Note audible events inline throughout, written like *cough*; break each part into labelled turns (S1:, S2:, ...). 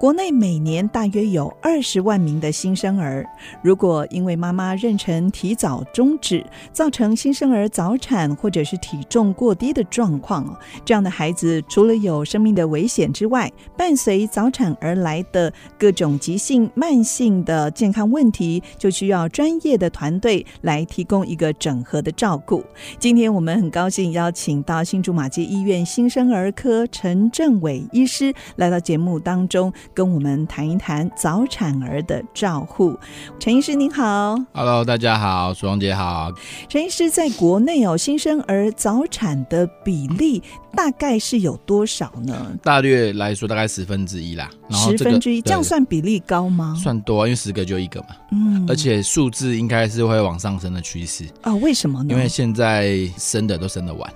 S1: 国内每年大约有二十万名的新生儿，如果因为妈妈妊娠提早终止，造成新生儿早产或者是体重过低的状况哦，这样的孩子除了有生命的危险之外，伴随早产而来的各种急性、慢性的健康问题，就需要专业的团队来提供一个整合的照顾。今天我们很高兴邀请到新竹马街医院新生儿科陈正伟医师来到节目当中，跟我们谈一谈早产儿的照护。陈医师您好，
S2: Hello，大家好，苏荣姐好。
S1: 陈医师在国内哦，新生儿早产的比例大概是有多少呢？
S2: 大略来说，大概十分之一啦。然后
S1: 十
S2: 这个
S1: 分之一，
S2: 对
S1: 这样算比例高吗？
S2: 算多啊，因为十个就一个嘛。
S1: 嗯，
S2: 而且数字应该是会往上升的趋势，
S1: 啊、为什么呢？
S2: 因为现在生的都生得晚，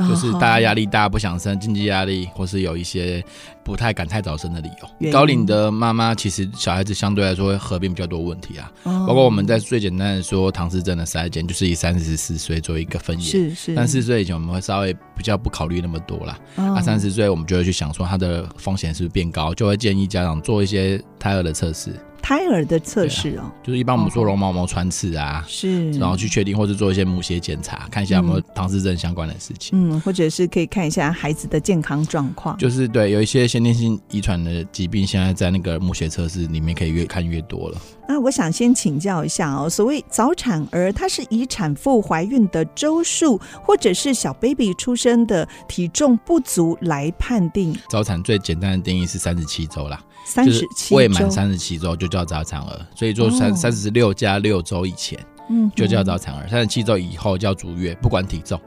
S1: 哦
S2: 就是大家压力大，不想生，经济压力，或是有一些不太敢太早生的理
S1: 原因
S2: 由。高龄的妈妈其实小孩子相对来说会合并比较多问题啊，
S1: 哦，
S2: 包括我们在最简单的说唐氏症的筛检，就是以三十四岁做一个分野。
S1: 是是，
S2: 但四岁以前我们会稍微比较不考虑那么多啦，
S1: 啊
S2: 啊，三十岁我们就会去想说它的风险是不是变高，就会建议家长做一些胎儿的测试，
S1: 胎儿的测试哦，
S2: 就是一般我们说绒毛膜穿刺啊，
S1: 是，
S2: 然后去确定或是做一些母血检查，看一下有没有唐氏症相关的事情。
S1: 嗯，或者是可以看一下孩子的健康状况。
S2: 就是对，有一些先天性遗传的疾病，现在在那个母血测试里面可以越看越多了。
S1: 那我想先请教一下哦，所谓早产儿，它是以产妇怀孕的周数，或者是小 baby 出生的体重不足来判定
S2: 早产最简单的定义是三十七周啦，
S1: 三
S2: 就
S1: 十
S2: 是
S1: 七
S2: 未
S1: 周
S2: 满，三十七周就叫早产儿，所以说
S1: 哦
S2: 三三十六加六周以前
S1: 嗯哼，
S2: 就叫早产儿，三十七周以后叫足月，不管体重。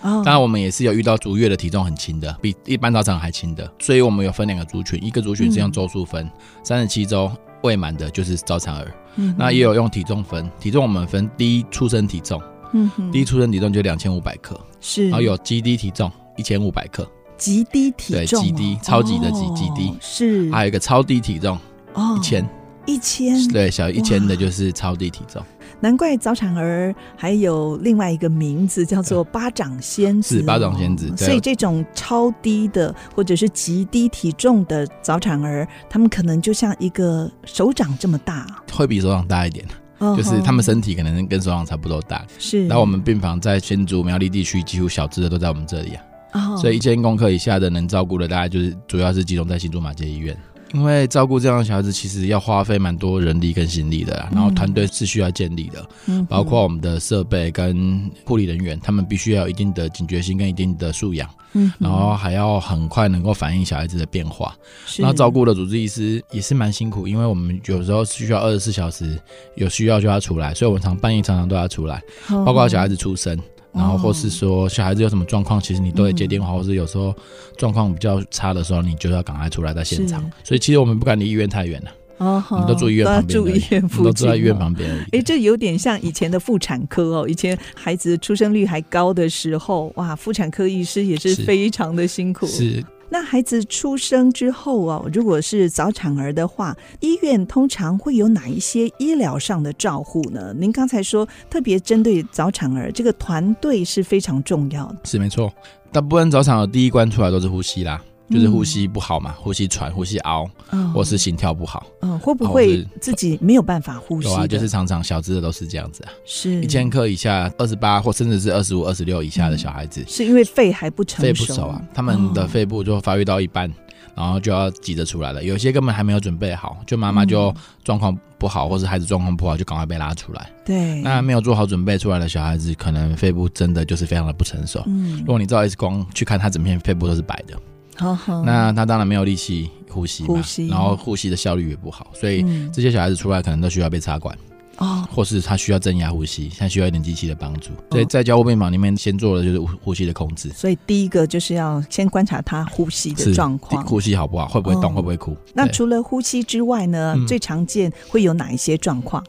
S1: 哦，
S2: 当然，我们也是有遇到足月的体重很轻的，比一般早产还轻的，所以我们有分两个族群，一个族群是用周数分，三十七周未满的就是早产儿，
S1: 嗯嗯哼
S2: 那也有用体重分，体重我们分低出生体重，
S1: 嗯哼
S2: 低出生体重就两千五百克，
S1: 是
S2: 然后有极低体重一千五百克，
S1: 极低体
S2: 对
S1: 重哦，
S2: 极低超级的极
S1: 哦
S2: 极低
S1: 是
S2: 还有一个超低体重
S1: 哦嗯
S2: 一千，
S1: 一千，
S2: 对，小于一千的就是超低体重，
S1: 难怪早产儿还有另外一个名字叫做巴掌仙子哦、
S2: 呃是巴掌仙子对
S1: 所以这种超低的或者是极低体重的早产儿，他们可能就像一个手掌这么大，
S2: 会比手掌大一点，
S1: 哦
S2: 就是他们身体可能跟手掌差不多大。
S1: 是。
S2: 然后我们病房在新竹苗栗地区，几乎小只的都在我们这里啊。
S1: 哦，
S2: 所以一千公克以下的能照顾的，大概就是主要是集中在新竹马街医院，因为照顾这样的小孩子，其实要花费蛮多人力跟心力的啦，然后团队是需要建立的，
S1: 嗯
S2: 包括我们的设备跟护理人员，他们必须要有一定的警觉性跟一定的素养，
S1: 嗯
S2: 然后还要很快能够反映小孩子的变化。
S1: 是
S2: 那照顾的主治医师也是蛮辛苦，因为我们有时候是需要二十四小时，有需要就要出来，所以我们常半夜常常都要出来。
S1: 哦
S2: 包括小孩子出生，然后或是说小孩子有什么状况，其实你都得接电话，
S1: 嗯
S2: 或是有时候状况比较差的时候，你就要赶快出来在现场
S1: 是。
S2: 所以其实我们不敢离医院太远了，
S1: 哦，
S2: 我们都住医院
S1: 都要
S2: 旁边而
S1: 住
S2: 已，
S1: 医院
S2: 我们
S1: 附
S2: 都
S1: 近
S2: 住
S1: 哦
S2: 在医院旁边而
S1: 哎，
S2: 已。
S1: 这有点像以前的妇产科哦。以前孩子出生率还高的时候，哇，妇产科医师也是
S2: 是
S1: 非常的辛苦。
S2: 是
S1: 那孩子出生之后哦，如果是早产儿的话，医院通常会有哪一些医疗上的照护呢？您刚才说特别针对早产儿，这个团队是非常重要的。
S2: 是没错，大部分早产的第一关出来都是呼吸啦。就是呼吸不好嘛，呼吸喘、呼吸拗，
S1: 嗯
S2: 或是心跳不好，
S1: 嗯，会不
S2: 哦
S1: 会
S2: 是
S1: 自己没有办法呼吸
S2: 有
S1: 的？嗯
S2: 啊，就是常常小只的都是这样子啊，
S1: 是
S2: 一千克以下，二十八或甚至是二十五、二十六以
S1: 嗯
S2: 下的小孩子，
S1: 是因为肺还不成
S2: 肺不
S1: 熟
S2: 熟啊，他们的
S1: 哦
S2: 肺部就发育到一半，然后就要急着出来了。有些根本还没有准备好，就妈妈
S1: 嗯
S2: 就状况不好，或是孩子状况不好，就赶快被拉出来。
S1: 对，
S2: 那没有做好准备出来的小孩子，可能肺部真的就是非常的不成熟。
S1: 嗯
S2: 如，果你照 X 光去看，他整片肺部都是白的，
S1: 好好
S2: 那他当然没有力气呼吸嘛，
S1: 嗯呼吸
S2: 然后呼吸的效率也不好，所以
S1: 嗯
S2: 这些小孩子出来可能都需要被插管。
S1: 哦
S2: 或是他需要正压呼吸，他需要一点机器的帮助。所以在交互病房里面，先做的就是呼呼吸的控制，
S1: 所以第一个就是要先观察他呼吸的
S2: 是
S1: 状况，
S2: 呼吸好不好，会不会动，
S1: 哦
S2: 会不会哭。
S1: 那
S2: 对
S1: 除了呼吸之外呢，
S2: 嗯
S1: 最常见会有哪一些状况？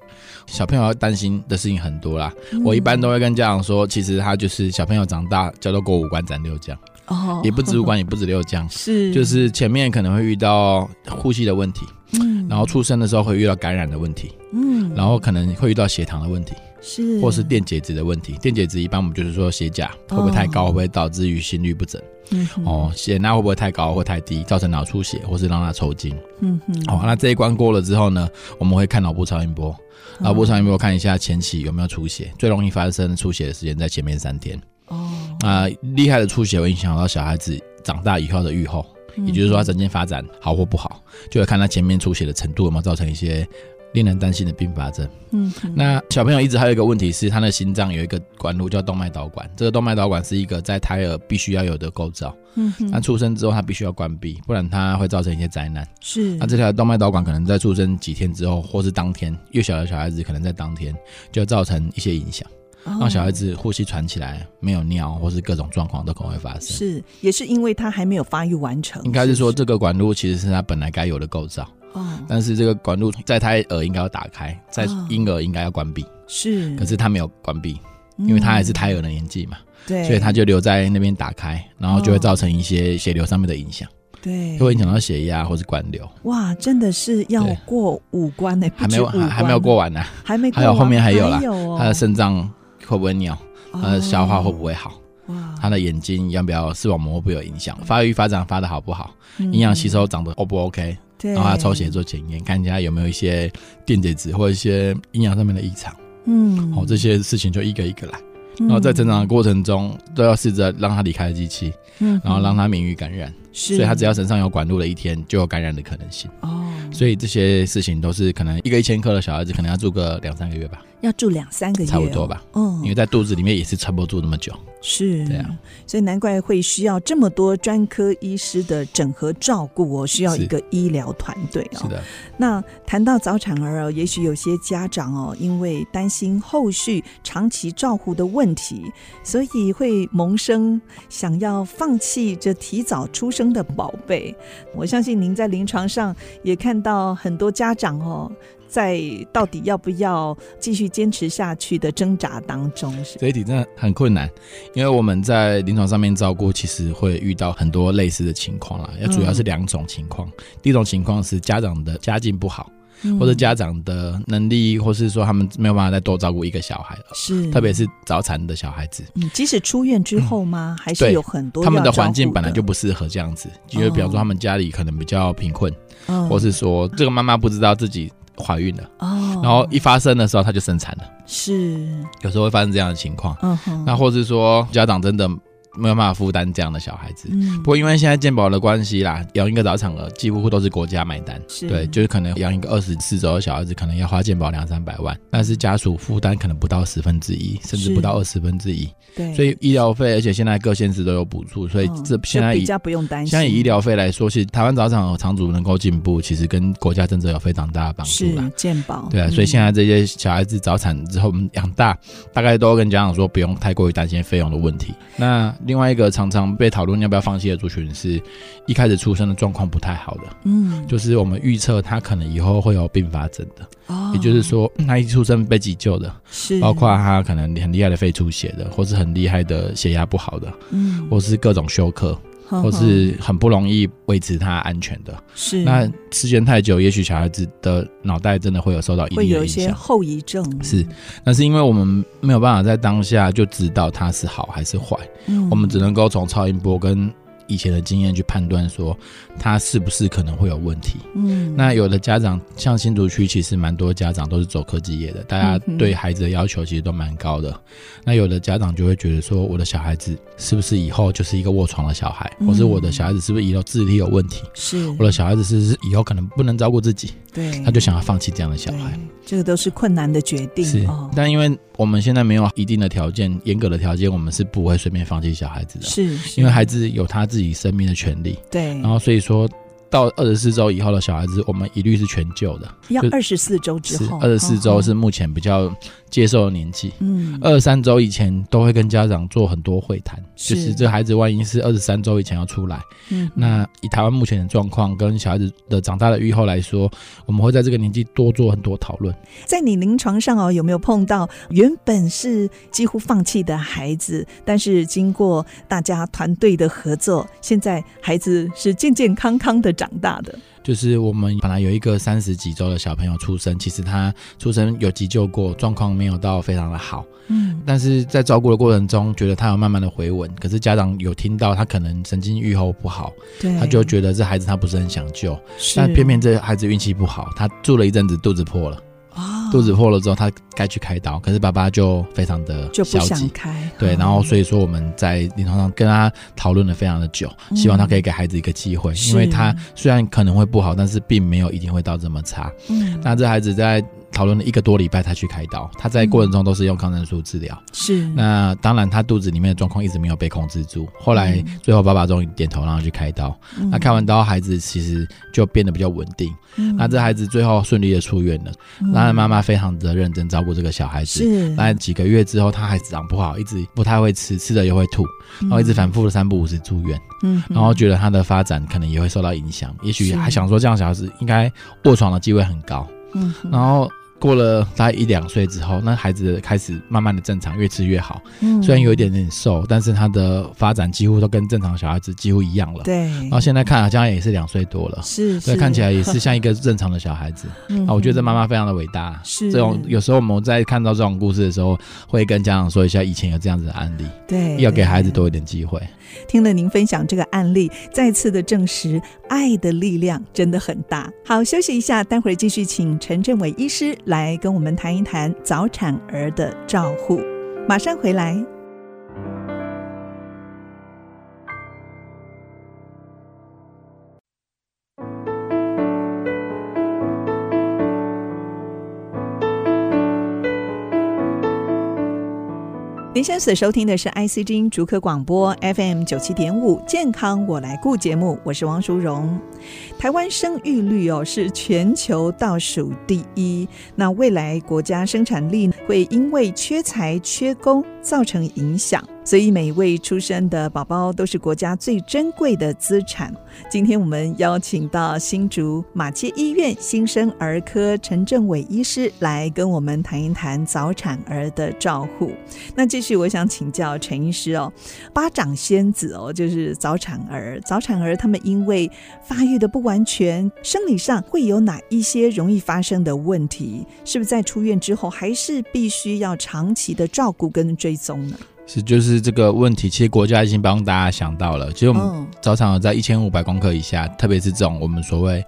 S2: 小朋友要担心的事情
S1: 嗯
S2: 很多啦。我一般都会跟家长说，其实他就是小朋友长大叫做过五关斩六将，
S1: 哦，
S2: 也不止五管，也不止六
S1: *laughs*
S2: 江，
S1: 是
S2: 就是前面可能会遇到呼吸的问题，
S1: 嗯
S2: 然后出生的时候会遇到感染的问题，
S1: 嗯，
S2: 然后可能会遇到血糖的问题，
S1: 是
S2: 或是电解质的问题。电解质一般我们就是说血钾会不会太高，会不会导致于心律不整？
S1: 哦嗯哼
S2: 哦，血钠会不会太高或太低，造成脑出血或是让它抽筋？
S1: 嗯哼
S2: 好、那这一关过了之后呢，我们会看脑部超音波，脑部超
S1: 哦
S2: 音波看一下前期有没有出血，最容易发生的出血的时间在前面三天。
S1: 哦，
S2: 那、厉害的出血会影响到小孩子长大以后的预后，
S1: 嗯
S2: 也就是说他整件发展好或不好，就会看他前面出血的程度有没有造成一些令人担心的并发症。
S1: 嗯
S2: 那小朋友一直还有一个问题是，他的心脏有一个管路叫动脉导管，这个动脉导管是一个在胎儿必须要有的构造，
S1: 嗯
S2: 那
S1: 哼，
S2: 出生之后他必须要关闭，不然它会造成一些灾难。
S1: 是
S2: 那这条动脉导管可能在出生几天之后，或是当天，越小的小孩子可能在当天就造成一些影响，让小孩
S1: 子。
S2: 子呼吸喘起来、没有尿，或是各种状况都可能会发生。
S1: 是，也是因为他还没有发育完成，
S2: 应该是说
S1: 不
S2: 这个管路其实是它本来该有的构造，
S1: 哦，
S2: 但是这个管路在胎儿应该要打开，在
S1: 哦
S2: 婴儿应该要关闭，
S1: 是，
S2: 可是他没有关闭，因为他还
S1: 嗯
S2: 是胎儿的年纪嘛，
S1: 对，
S2: 所以他就留在那边打开，然后
S1: 哦
S2: 就会造成一些血流上面的影响，
S1: 对
S2: 就会影响到血压或是管流。
S1: 哇，真的是要
S2: 对
S1: 过五关呢，不
S2: 还没
S1: 止
S2: 有
S1: 五
S2: 还还
S1: 关
S2: 没有过，完呢、
S1: 还没过
S2: 还有后
S1: 完
S2: 面还有啦
S1: 哦
S2: 他的肾脏会不会尿？他的消化会
S1: 哦
S2: 不会好？
S1: 哇，
S2: 他的眼睛要不要视网膜会不会有影响？发育发展发的好不好？
S1: 嗯
S2: 营养吸，收长得 O 不 OK？
S1: 对，
S2: 然后他抽血，做检验，看一下有没有一些电解质或一些营养上面的异常。哦
S1: 嗯，
S2: 好，这些事情就一个一个来。
S1: 嗯，
S2: 然后在成长的过程中，都要试着让他离开机器，
S1: 嗯，
S2: 然后让
S1: 他，
S2: 他免于感染。
S1: 所
S2: 所以他只要身上有管路的一天，就有感染的可能性。
S1: 哦，
S2: 所以这些事情都是可能一个一千克的小孩子，可能要住个两三个月吧，
S1: 要住两三个月，
S2: 差不多，吧。
S1: 嗯，
S2: 因为在肚子里面也是差不多住那么久。
S1: 是，
S2: 对啊，
S1: 所以难怪会需要这么多专科医师的整合照顾哦，需要
S2: 是
S1: 一个医疗团队哦。
S2: 是的，
S1: 那谈到早产儿哦，也许有些家长哦，因为担心后续长期照护的问题，所以会萌生想要放弃这提早出生的宝贝。我相信您在临床上也看到很多家长哦，在到底要不要继续坚持下去的挣扎当中，是
S2: 这一题真的很困难，因为我们在临床上面照顾，其实会遇到很多类似的情况
S1: 嗯
S2: 啦。要主要是两种情况，第一种情况是家长的家境
S1: 嗯
S2: 不好，或者家长的能力，或是说他们没有办法再多照顾一个小孩，
S1: 是
S2: 特别是早产的小孩子，
S1: 嗯，即使出院之后吗？还是
S2: 嗯对
S1: 有很多
S2: 他们
S1: 要
S2: 的
S1: 照
S2: 环境
S1: 顾
S2: 本来
S1: 的哦
S2: 就不适合这样子，因为比方说他们家里可能比较贫困，
S1: 嗯
S2: 或是说这个妈妈不知道自己怀孕了，
S1: 哦，
S2: 然后一发生的时候她就生产了，
S1: 是
S2: 有时候会发生这样的情况。
S1: 嗯哼，
S2: 那或是说家长真的没有办法负担这样的小孩子。
S1: 嗯
S2: 不过因为现在健保的关系啦，养一个早产儿几乎都是国家买单，
S1: 是
S2: 对，就是可能养一个二十四周的小孩子，可能要花健保两三百万，但是家属负担可能不到十分之一，甚至
S1: 是
S2: 不到二十分之一，
S1: 对，
S2: 所以医疗费，而且现在各县市都有补助，所以
S1: 嗯
S2: 这
S1: 就
S2: 现在
S1: 比
S2: 以、
S1: 较不用担心，
S2: 现在以医疗费来说，其实台湾早产儿长足能够进步，其实跟国家政策有非常大的帮助啦
S1: 是。健保，
S2: 对啊，
S1: 嗯
S2: 所以现在这些小孩子早产之后，我们养大，大概都跟家长说不用太过于担心费用的问题。那另外一个常常被讨论要不要放弃的族群是，一开始出生的状况不太好的，
S1: 嗯，
S2: 就是我们预测他可能以后会有并发症的，
S1: 哦
S2: 也就是说他一出生被急救的，
S1: 是
S2: 包括他可能很厉害的肺出血的，或是很厉害的血压不好的，
S1: 嗯，
S2: 或是各种休克，
S1: 呵
S2: 或
S1: 呵
S2: 是很不容易维持他安全的。
S1: 是
S2: 那时间太久，也许小孩子的脑袋真的会有受到一
S1: 会
S2: 定
S1: 有
S2: 的
S1: 一
S2: 影
S1: 些
S2: 响。
S1: 后遗症，
S2: 是那是因为我们没有办法在当下就知道它是好还是坏，
S1: 嗯
S2: 我们只能够从超音波跟以前的经验去判断说它是不是可能会有问题。
S1: 嗯
S2: 那有的家长，像新竹区其实蛮多家长都是走科技业的，大家
S1: 嗯哼
S2: 对孩子的要求其实都蛮高的。那有的家长就会觉得说，我的小孩子是不是以后就是一个卧床的小孩，
S1: 嗯
S2: 或是我的小孩子是不是以后智力有问题，
S1: 是
S2: 我的小孩子是不是以后可能不能照顾自己，
S1: 对，
S2: 他就想要放弃这样的小孩。
S1: 对，这个都是困难的决定
S2: 是
S1: 哦，，
S2: 但因为我们现在没有一定的条件，严格的条件，我们是不会随便放弃小孩子的，
S1: 是嗯
S2: 因为孩子有他自己生命的权利。
S1: 对，
S2: 然后所以说，到二十四周以后的小孩子，我们一律是全救的。
S1: 要
S2: 就
S1: 二十四周之
S2: 是
S1: 后，
S2: 二十四周是
S1: 哦，
S2: 目前比较接受的年纪。
S1: 嗯，
S2: 二十三周以前都会跟家长做很多会谈，
S1: 是
S2: 就是这孩子万一是二十三周以前要出来，
S1: 嗯
S2: 那以台湾目前的状况跟小孩子的长大的预后来说，我们会在这个年纪多做很多讨论。
S1: 在你临床上哦，有没有碰到原本是几乎放弃的孩子，但是经过大家团队的合作，现在孩子是健健康康的长大的？
S2: 就是我们本来有一个三十几周的小朋友出生，其实他出生有急救过，状况没有到非常的好，
S1: 嗯，
S2: 但是在照顾的过程中，觉得他有慢慢的回稳，可是家长有听到他可能神经预后不好，
S1: 对，
S2: 他就觉得这孩子他不是很想救，
S1: 是
S2: 但偏偏这孩子运气不好，他住了一阵子肚子破了，
S1: 哦
S2: 肚子破了之后他该去开刀，可是爸爸就非常的
S1: 就不
S2: 消
S1: 想
S2: 极。
S1: 开，嗯
S2: 对，然后所
S1: 以
S2: 以说我们在临床上跟他讨论了非常的久，希望他可以给孩子一个机会，因
S1: 嗯
S2: 为
S1: 是
S2: 他虽然可能会不好，但是并没有一定会到这么差。
S1: 嗯
S2: 那这孩子在讨论了一个多礼拜才去开刀，他在过程中都是用抗生素治疗。
S1: 是
S2: 那当然，他肚子里面的状况一直没有被控制住，后来
S1: 嗯嗯
S2: 最后爸爸终于点头让他去开刀。
S1: 嗯
S2: 那开完刀，孩子其实就变得比较稳定。
S1: 嗯
S2: 那这孩子最后顺利的出院了，
S1: 嗯
S2: 那妈妈非常的认真照顾这个小孩子。
S1: 是
S2: 那几个月之后，他还子长不好，一直不太会吃，吃了又会吐，然后一直反复的三不五时住院，
S1: 嗯，嗯
S2: 然后觉得他的发展可能也会受到影响，也许
S1: 是
S2: 还想说这样小孩子应该卧床的机会很高。
S1: 嗯
S2: 然后过了大概一两岁之后，那孩子开始慢慢的正常，越吃越好，
S1: 嗯
S2: 虽然有一点点瘦，但是他的发展几乎都跟正常小孩子几乎一样了。
S1: 对，
S2: 然后现在看好像也是两岁多了。
S1: 是
S2: 对，看起
S1: 来
S2: 来也是像一个正常的小孩子
S1: 嗯
S2: 啊！我觉得这妈妈非常的伟大。
S1: 是
S2: 这种有时候我们在看到这种故事的时候，会跟家长说一下，以前有这样子的案例，
S1: 对
S2: 要给孩
S1: 对
S2: 子多一点机会。
S1: 听了您分享这个案例，再次的证实爱的力量真的很大。好，休息一下，待会儿继续请陈振伟医师来跟我们谈一谈早产儿的照护。马上回来。您现在所收听的是 IC 之音逐客广播 FM 九七点五健康我来顾节目，我是王淑荣。台湾生育率哦是全球倒数第一，那未来国家生产力会因为缺才缺工造成影响，所以每位出生的宝宝都是国家最珍贵的资产。今天我们邀请到新竹马街医院新生儿科陈正伟医师来跟我们谈一谈早产儿的照护。那继续，我想请教陈医师哦，巴掌仙子哦，就是早产儿，早产儿他们因为发育的不完全，生理上会有哪一些容易发生的问题？是不是在出院之后还是必须要长期的照顾跟追踪呢？
S2: 是，就是这个问题，其实国家已经帮大家想到了。其实我们
S1: 嗯，
S2: 早产儿在一千五百公克以下，特别是这种我们所谓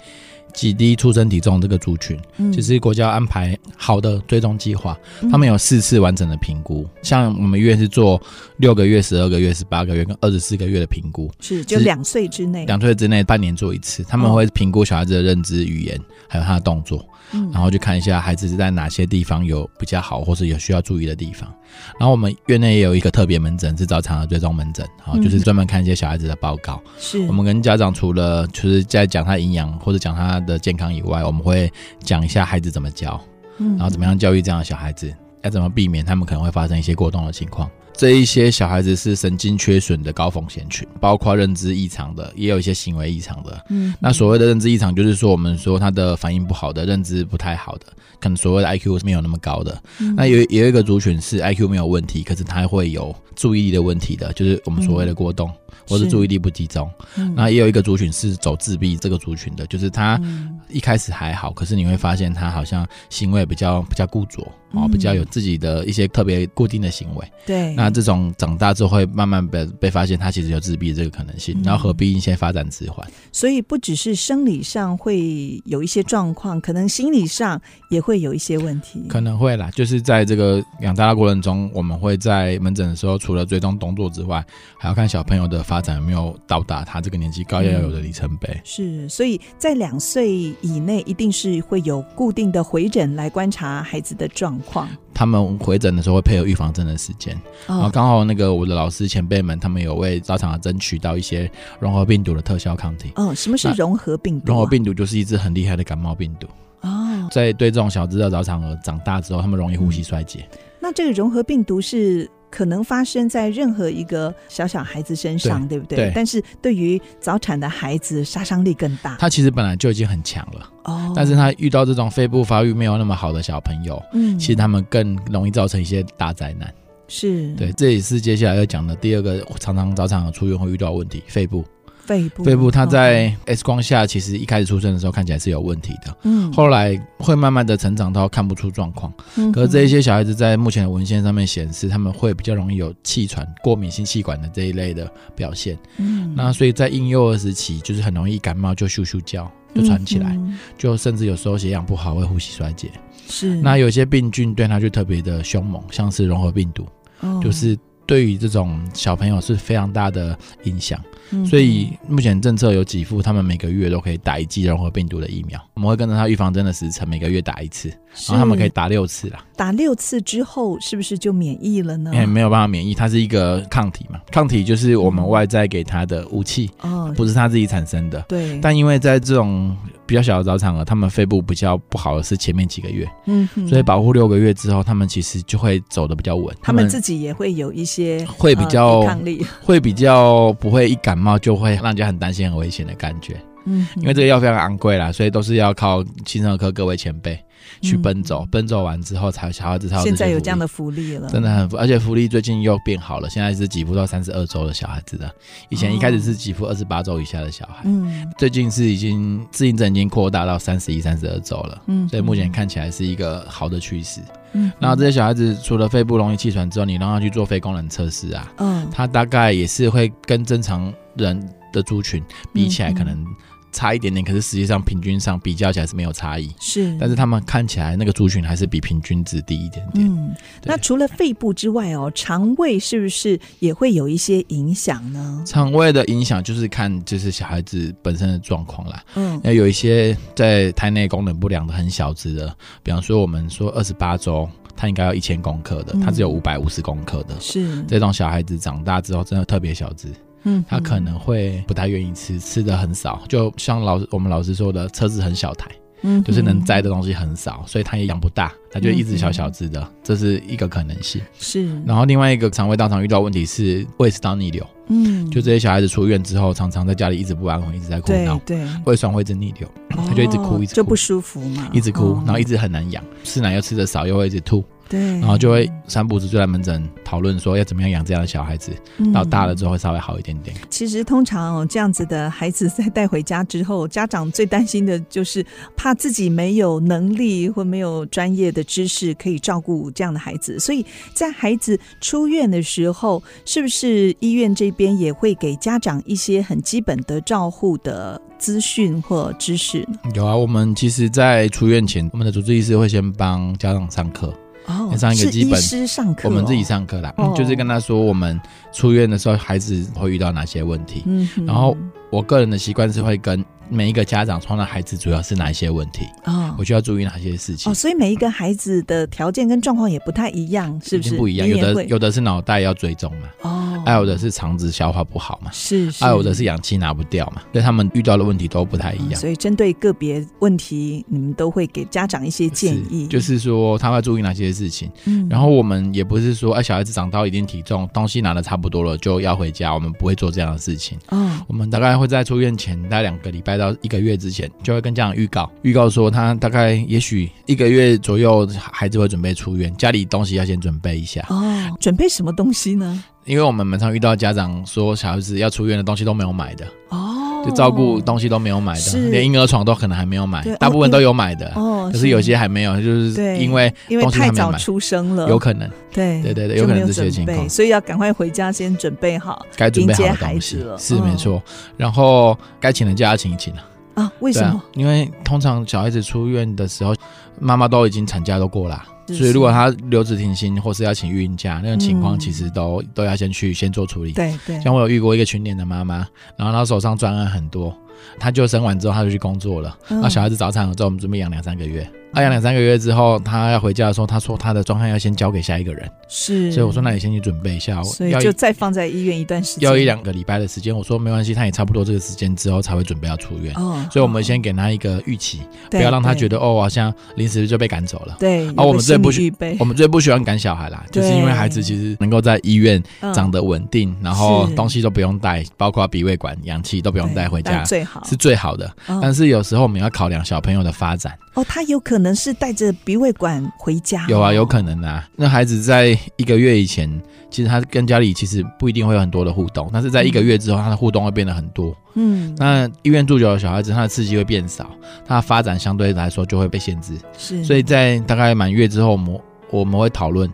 S2: 极低出生体重这个族群，
S1: 嗯
S2: 其实国家安排好的追踪计划，
S1: 嗯
S2: 他们有四次完整的评估。像我们医院是做六个月、十二个月、十八个月跟二十四个月的评估，
S1: 是就是两岁之内，
S2: 两岁之内半年做一次，他们
S1: 哦
S2: 会评估小孩子的认知、语言，还有他的动作。
S1: 嗯
S2: 然后去看一下孩子是在哪些地方有比较好，或是有需要注意的地方。然后我们院内也有一个特别门诊，是早产儿追踪门诊，好、
S1: 嗯
S2: 就是专门看一些小孩子的报告。
S1: 是
S2: 我们跟家长除了就是在讲他营养或者讲他的健康以外，我们会讲一下孩子怎么教，
S1: 嗯
S2: 然后怎么样教育这样的小孩子，要怎么避免他们可能会发生一些过动的情况。这一些小孩子是神经缺损的高风险群，包括认知异常的，也有一些行为异常的。
S1: 嗯
S2: 那所谓的认知异常，就是说我们说他的反应不好的，认知不太好的，可能所谓的 IQ 是没有那么高的。
S1: 嗯
S2: 那有也有一个族群是 IQ 没有问题，可是他会有注意力的问题的，就是我们所谓的过动、或
S1: 嗯
S2: 是
S1: 是
S2: 注意力不集中。
S1: 嗯
S2: 那也有一个族群是走自闭这个族群的，就是他
S1: 嗯
S2: 一开始还好，可是你会发现他好像行为比较比较固着哦，
S1: 嗯
S2: 比较有自己的一些特别固定的行为。
S1: 对
S2: 那这种长大之后会慢慢被被发现他其实有自闭这个可能性，
S1: 嗯
S2: 然后合并一些发展迟缓。
S1: 所以不只是生理上会有一些状况，可能心理上也会有一些问题。
S2: 可能会啦，就是在这个养大的过程中，我们会在门诊的时候，除了追踪动作之外，还要看小朋友的发展有没有到达他这个年纪高要有的里程碑。
S1: 是，所以在两岁以内，一定是会有固定的回诊来观察孩子的状况。
S2: 他们回诊的时候会配合预防针的时间，
S1: 哦
S2: 然后刚好那个我的老师前辈们，他们有为大肠癌争取到一些融合病毒的特效抗体。
S1: 哦，什么是
S2: 那
S1: 融合病毒、啊？
S2: 融合病毒就是一只很厉害的感冒病毒，
S1: 哦，
S2: 在对这种小只的早产儿长大之后，他们容易呼吸衰竭。
S1: 那这个融合病毒是可能发生在任何一个小小孩子身上，对不对？
S2: 对
S1: 但是对于早产的孩子，杀伤力更大。
S2: 他其实本来就已经很强了，
S1: 哦，
S2: 但是他遇到这种肺部发育没有那么好的小朋友，
S1: 嗯，
S2: 其实他们更容易造成一些大灾难。
S1: 是
S2: 对，这也是接下来要讲的第二个常常早产儿出院会遇到的问题——肺部。
S1: 肺部哦
S2: 肺部它在 X 光下，其实一开始出生的时候看起来是有问题的，
S1: 嗯，
S2: 后来会慢慢的成长到看不出状况。
S1: 嗯
S2: 可是这一些小孩子在目前的文献上面显示，他们会比较容易有气喘、过敏性气管的这一类的表现。
S1: 嗯
S2: 那所以在婴幼儿时期，就是很容易感冒就咻咻叫，就喘起来，
S1: 嗯
S2: 就甚至有时候血氧不好会呼吸衰竭。
S1: 是
S2: 那有些病菌对它就特别的凶猛，像是融合病毒，
S1: 哦
S2: 就是对于这种小朋友是非常大的影响。
S1: 嗯
S2: 所以目前政策有几副，他们每个月都可以打一剂融合病毒的疫苗。我们会跟着他预防针的时程，每个月打一次，然后他们可以
S1: 是
S2: 打六次啦，
S1: 打六次之后，是不是就免疫了呢
S2: 因？为没有办法免疫，它是一个抗体嘛。抗体就是我们外在给它的武器，
S1: 哦，
S2: 不是它自己产生的。
S1: 对，
S2: 但因为在这种比较小的早产儿，他们肺部比较不好的是前面几个月，
S1: 嗯哼，
S2: 所以保护六个月之后，他们其实就会走的比较稳，
S1: 他们自己也会有一些
S2: 会比
S1: 呃
S2: 较
S1: 抵抗
S2: *laughs*
S1: 力，
S2: 会比较不会一感冒就会让人家很担心、很危险的感觉。
S1: 嗯哼，
S2: 因为这个药非常昂贵啦，所以都是要靠精神科各位前辈去奔走，奔走完之后才小孩子才有
S1: 嗯现在有这样
S2: 的。
S1: 的福利了，
S2: 真的很，而且福利最近又变好了，现在是给付到三十二周的小孩子的，以前一开始是给付二十八周以下的小孩，
S1: 嗯
S2: 最近是已经自行证已经扩大到三十一、三十二周了，
S1: 嗯，
S2: 所以目前看起来是一个好的趋势。
S1: 嗯，
S2: 那这些小孩子除了肺部容易气喘之后，你让他去做肺功能测试啊，
S1: 嗯
S2: 他大概也是会跟正常人的族群比起来，
S1: 嗯嗯
S2: 可能差一点点，可是实际上平均上比较起来是没有差异。
S1: 是，
S2: 但是他们看起来那个族群还是比平均值低一点点。
S1: 嗯，那除了肺部之外哦，肠胃是不是也会有一些影响呢？
S2: 肠胃的影响就是看就是小孩子本身的状况啦，
S1: 嗯
S2: 那有一些在胎内功能不良的很小只的，比方说我们说二十八周，他应该要一千公克
S1: 嗯
S2: 的，他只有五百五十公克的。
S1: 是，
S2: 这种小孩子长大之后真的特别小只，
S1: 嗯，
S2: 他可
S1: 嗯
S2: 能会不太愿意吃，吃的很少，就像老我们老师说的，车子很小台，
S1: 嗯
S2: 就是能摘
S1: 的
S2: 的东西很少，所以它也养不大，它就一直小小只的，这是一个可能性。
S1: 是，
S2: 然后另外一个肠胃大肠遇到问题是胃食道逆流，
S1: 嗯，
S2: 就这些小孩子出院之后，常常在家里一直不安稳，一直在哭
S1: 对
S2: 闹，
S1: 对，
S2: 胃酸会一直逆流，
S1: 他
S2: 他就一直哭一直哭
S1: 就不舒服嘛，
S2: 一直哭
S1: 哦，
S2: 然后一直很难养，吃奶又吃的少，又会一直吐，
S1: 对，
S2: 然后就会三不五时就来门诊讨论说要怎么样养这样的小孩子，到大了
S1: 嗯
S2: 之后会稍微好一点点。
S1: 其实通常哦，这样子的孩子在带回家之后，家长最担心的就是怕自己没有能力或没有专业的知识可以照顾这样的孩子，所以在孩子出院的时候，是不是医院这边也会给家长一些很基本的照护的资讯或知识呢？
S2: 有啊，我们其实，在出院前，我们的主治医师会先帮家长上课，
S1: 哦
S2: 那上一个
S1: 是
S2: 基
S1: 医
S2: 本
S1: 师上课、
S2: 我们自己，上课啦，
S1: 哦
S2: 就是跟他说我们出院的时候孩子会遇到哪些问题。
S1: 嗯哼，
S2: 然后我个人的习惯是会跟每一个家长说，那孩子主要是哪一些问题，
S1: 哦
S2: 我。就要注意哪些事情
S1: 哦，。所以每一个孩子的条件跟状况也不太一样，是
S2: 已
S1: 不
S2: 经
S1: 是？
S2: 不一样，
S1: 你
S2: 有
S1: 也
S2: 的
S1: 会
S2: 有的是脑袋要追踪嘛，啊
S1: 哦，
S2: 还有的是肠子消化不好嘛，
S1: 是是，
S2: 还有的是氧气拿不掉嘛，所以他们遇到的问题都不太一
S1: 嗯
S2: 样。
S1: 所以针对个别问题，你们都会给家长一些建议，
S2: 是就是说他会注意哪些事情。
S1: 嗯
S2: 然后我们也不是说，哎，小孩子长到一定体重，东西拿的差不多了就要回家，我们不会做这样的事情。
S1: 哦，
S2: 我们大概会在出院前大概两个礼拜到一个月之前，就会跟家长预告，预告说他大概也许一个月左右，孩子会准备出院，家里东西要先准备一下，
S1: 哦，准备什么东西呢？
S2: 因为我们蛮常遇到家长说小孩子要出院的东西都没有买的，
S1: 哦，
S2: 就照顾东西都没有买的
S1: 是，
S2: 连婴儿床都可能还没有买
S1: 对哦，
S2: 大部分都有买的，
S1: 哦，
S2: 啊可是有些还没有，就是
S1: 对嗯
S2: 因为
S1: 因为
S2: 东西
S1: 太
S2: 还没
S1: 早
S2: 买
S1: 出生了，
S2: 有可能
S1: 对
S2: 对对对
S1: 就
S2: 有可
S1: 没
S2: 能
S1: 有
S2: 这些
S1: 准备
S2: 情况
S1: 所以要赶快回家先准备好
S2: 该准备好
S1: 迎
S2: 的
S1: 接孩
S2: 东
S1: 子
S2: 西
S1: 了
S2: 是
S1: 嗯
S2: 没错，然后该请的假要请一请啊。
S1: 啊。为
S2: 对
S1: 什么
S2: 啊？？因为通常小孩子出院的时候，妈妈都已经产假都过啦，
S1: 是
S2: 所以如果她留职停薪或是要请育婴假，那种情况
S1: 嗯
S2: 其实都、都要先去先做处理。
S1: 对对，
S2: 像我有遇过一个群脸的妈妈，然后她手上专案很多，他就生完之后他就去工作了。
S1: 嗯
S2: 那、小孩子早产了之后，我们准备养两三个月。啊那养两三个月之后，他要回家的时候，他说他的状态要先交给下一个人，
S1: 是，
S2: 所以我说那你先去准备一下，我
S1: 所以
S2: 要一
S1: 就再放在医院一段时间，
S2: 要一两个礼拜的时间。我说没关系，他也差不多这个时间之后才会准备要出院，
S1: 哦，
S2: 所以我们先给他一个预期，
S1: 不
S2: 不要让他觉得哦，我好像临时就被赶走了。
S1: 对，
S2: 啊我们这不
S1: 有个心理预备
S2: 我们最不喜欢赶小孩啦，就是因为孩子其实能够在医院长得稳定，然后
S1: 嗯是
S2: 东西都不用带，包括鼻胃管、氧气都不
S1: 不
S2: 用带回家，
S1: 最好
S2: 是最好的。
S1: 哦
S2: 但是有时候我们要考量小朋友的发展，
S1: 哦，他有可能是带着鼻胃管回家哦，
S2: 有啊，有可能啊。那孩子在一个月以前，其实他跟家里其实不一定会有很多的互动，但是在一个月之后，他的互动会变得很多。
S1: 嗯，
S2: 那医院住久的小孩子，他的刺激会变少，他的发展相对来说就会被限制。
S1: 是，
S2: 所以在大概满月之后，我们我们会讨论，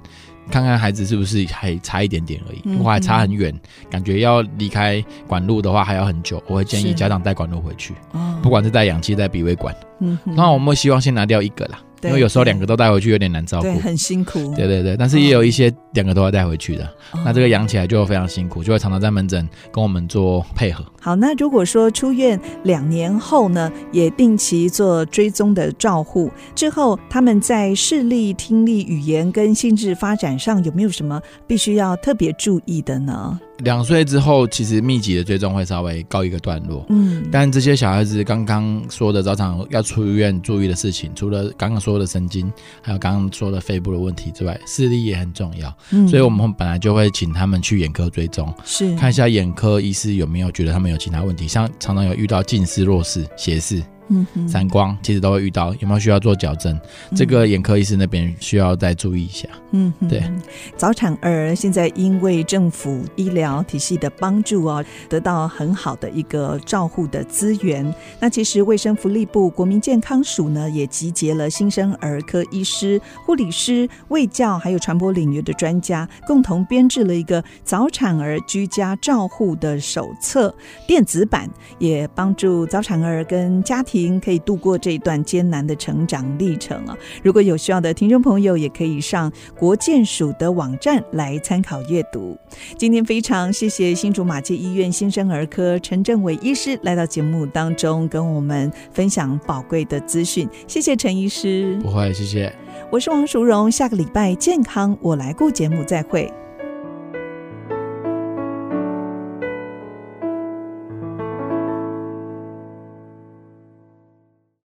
S2: 看看孩子是不是还差一点点而已，
S1: 嗯
S2: 如果还差很远，感觉要离开管路的话还要很久，我会建
S1: 是
S2: 议家长带管路回去，
S1: 哦
S2: 不，管是带氧气、带鼻胃管，
S1: 嗯哼，
S2: 那我们会希望先拿掉一个啦，
S1: 对
S2: 因为有时候两个都带回去有点难照
S1: 对嗯
S2: 顾。
S1: 很辛苦，
S2: 对对对，但是也有一些两个都要带回去的，
S1: 哦
S2: 那这个养起来就非常辛苦，就会常常在门诊跟我们做配合。
S1: 好，那如果说出院两年后呢，也定期做追踪的照护，之后他们在视力、听力、语言跟心智发展上有没有什么必须要特别注意的呢？
S2: 两岁之后，其实密集的追踪会稍微告一个段落，
S1: 嗯，
S2: 但这些小孩子刚刚说的早产要出院注意的事情，除了刚刚说的神经，还有刚刚说的肺部的问题之外，视力也很重要。
S1: 嗯
S2: 所以我们本来就会请他们去眼科追踪，
S1: 是
S2: 看一下眼科医师有没有觉得他们有其他问题，像常常有遇到近视、弱视、斜视、
S1: 嗯哼
S2: 散光，其实都会遇到，有没有需要做矫正？这个眼科医师那边需要再注意一下。
S1: 嗯哼
S2: 对，
S1: 早产儿现在因为政府医疗体系的帮助哦，得到很好的一个照护的资源。那其实卫生福利部国民健康署呢，也集结了新生儿科医师、护理师、卫教还有传播领域的专家，共同编制了一个早产儿居家照护的手册电子版，也帮助早产儿跟家庭可以度过这段艰难的成长历程啊。如果有需要的听众朋友，也可以上国健署的网站来参考阅读。今天非常谢谢新竹马偕医院新生儿科陈正伟医师来到节目当中，跟我们分享宝贵的资讯。谢谢陈医师，
S2: 不会，谢谢。
S1: 我是王淑荣，下个礼拜健康我来顾节目再会。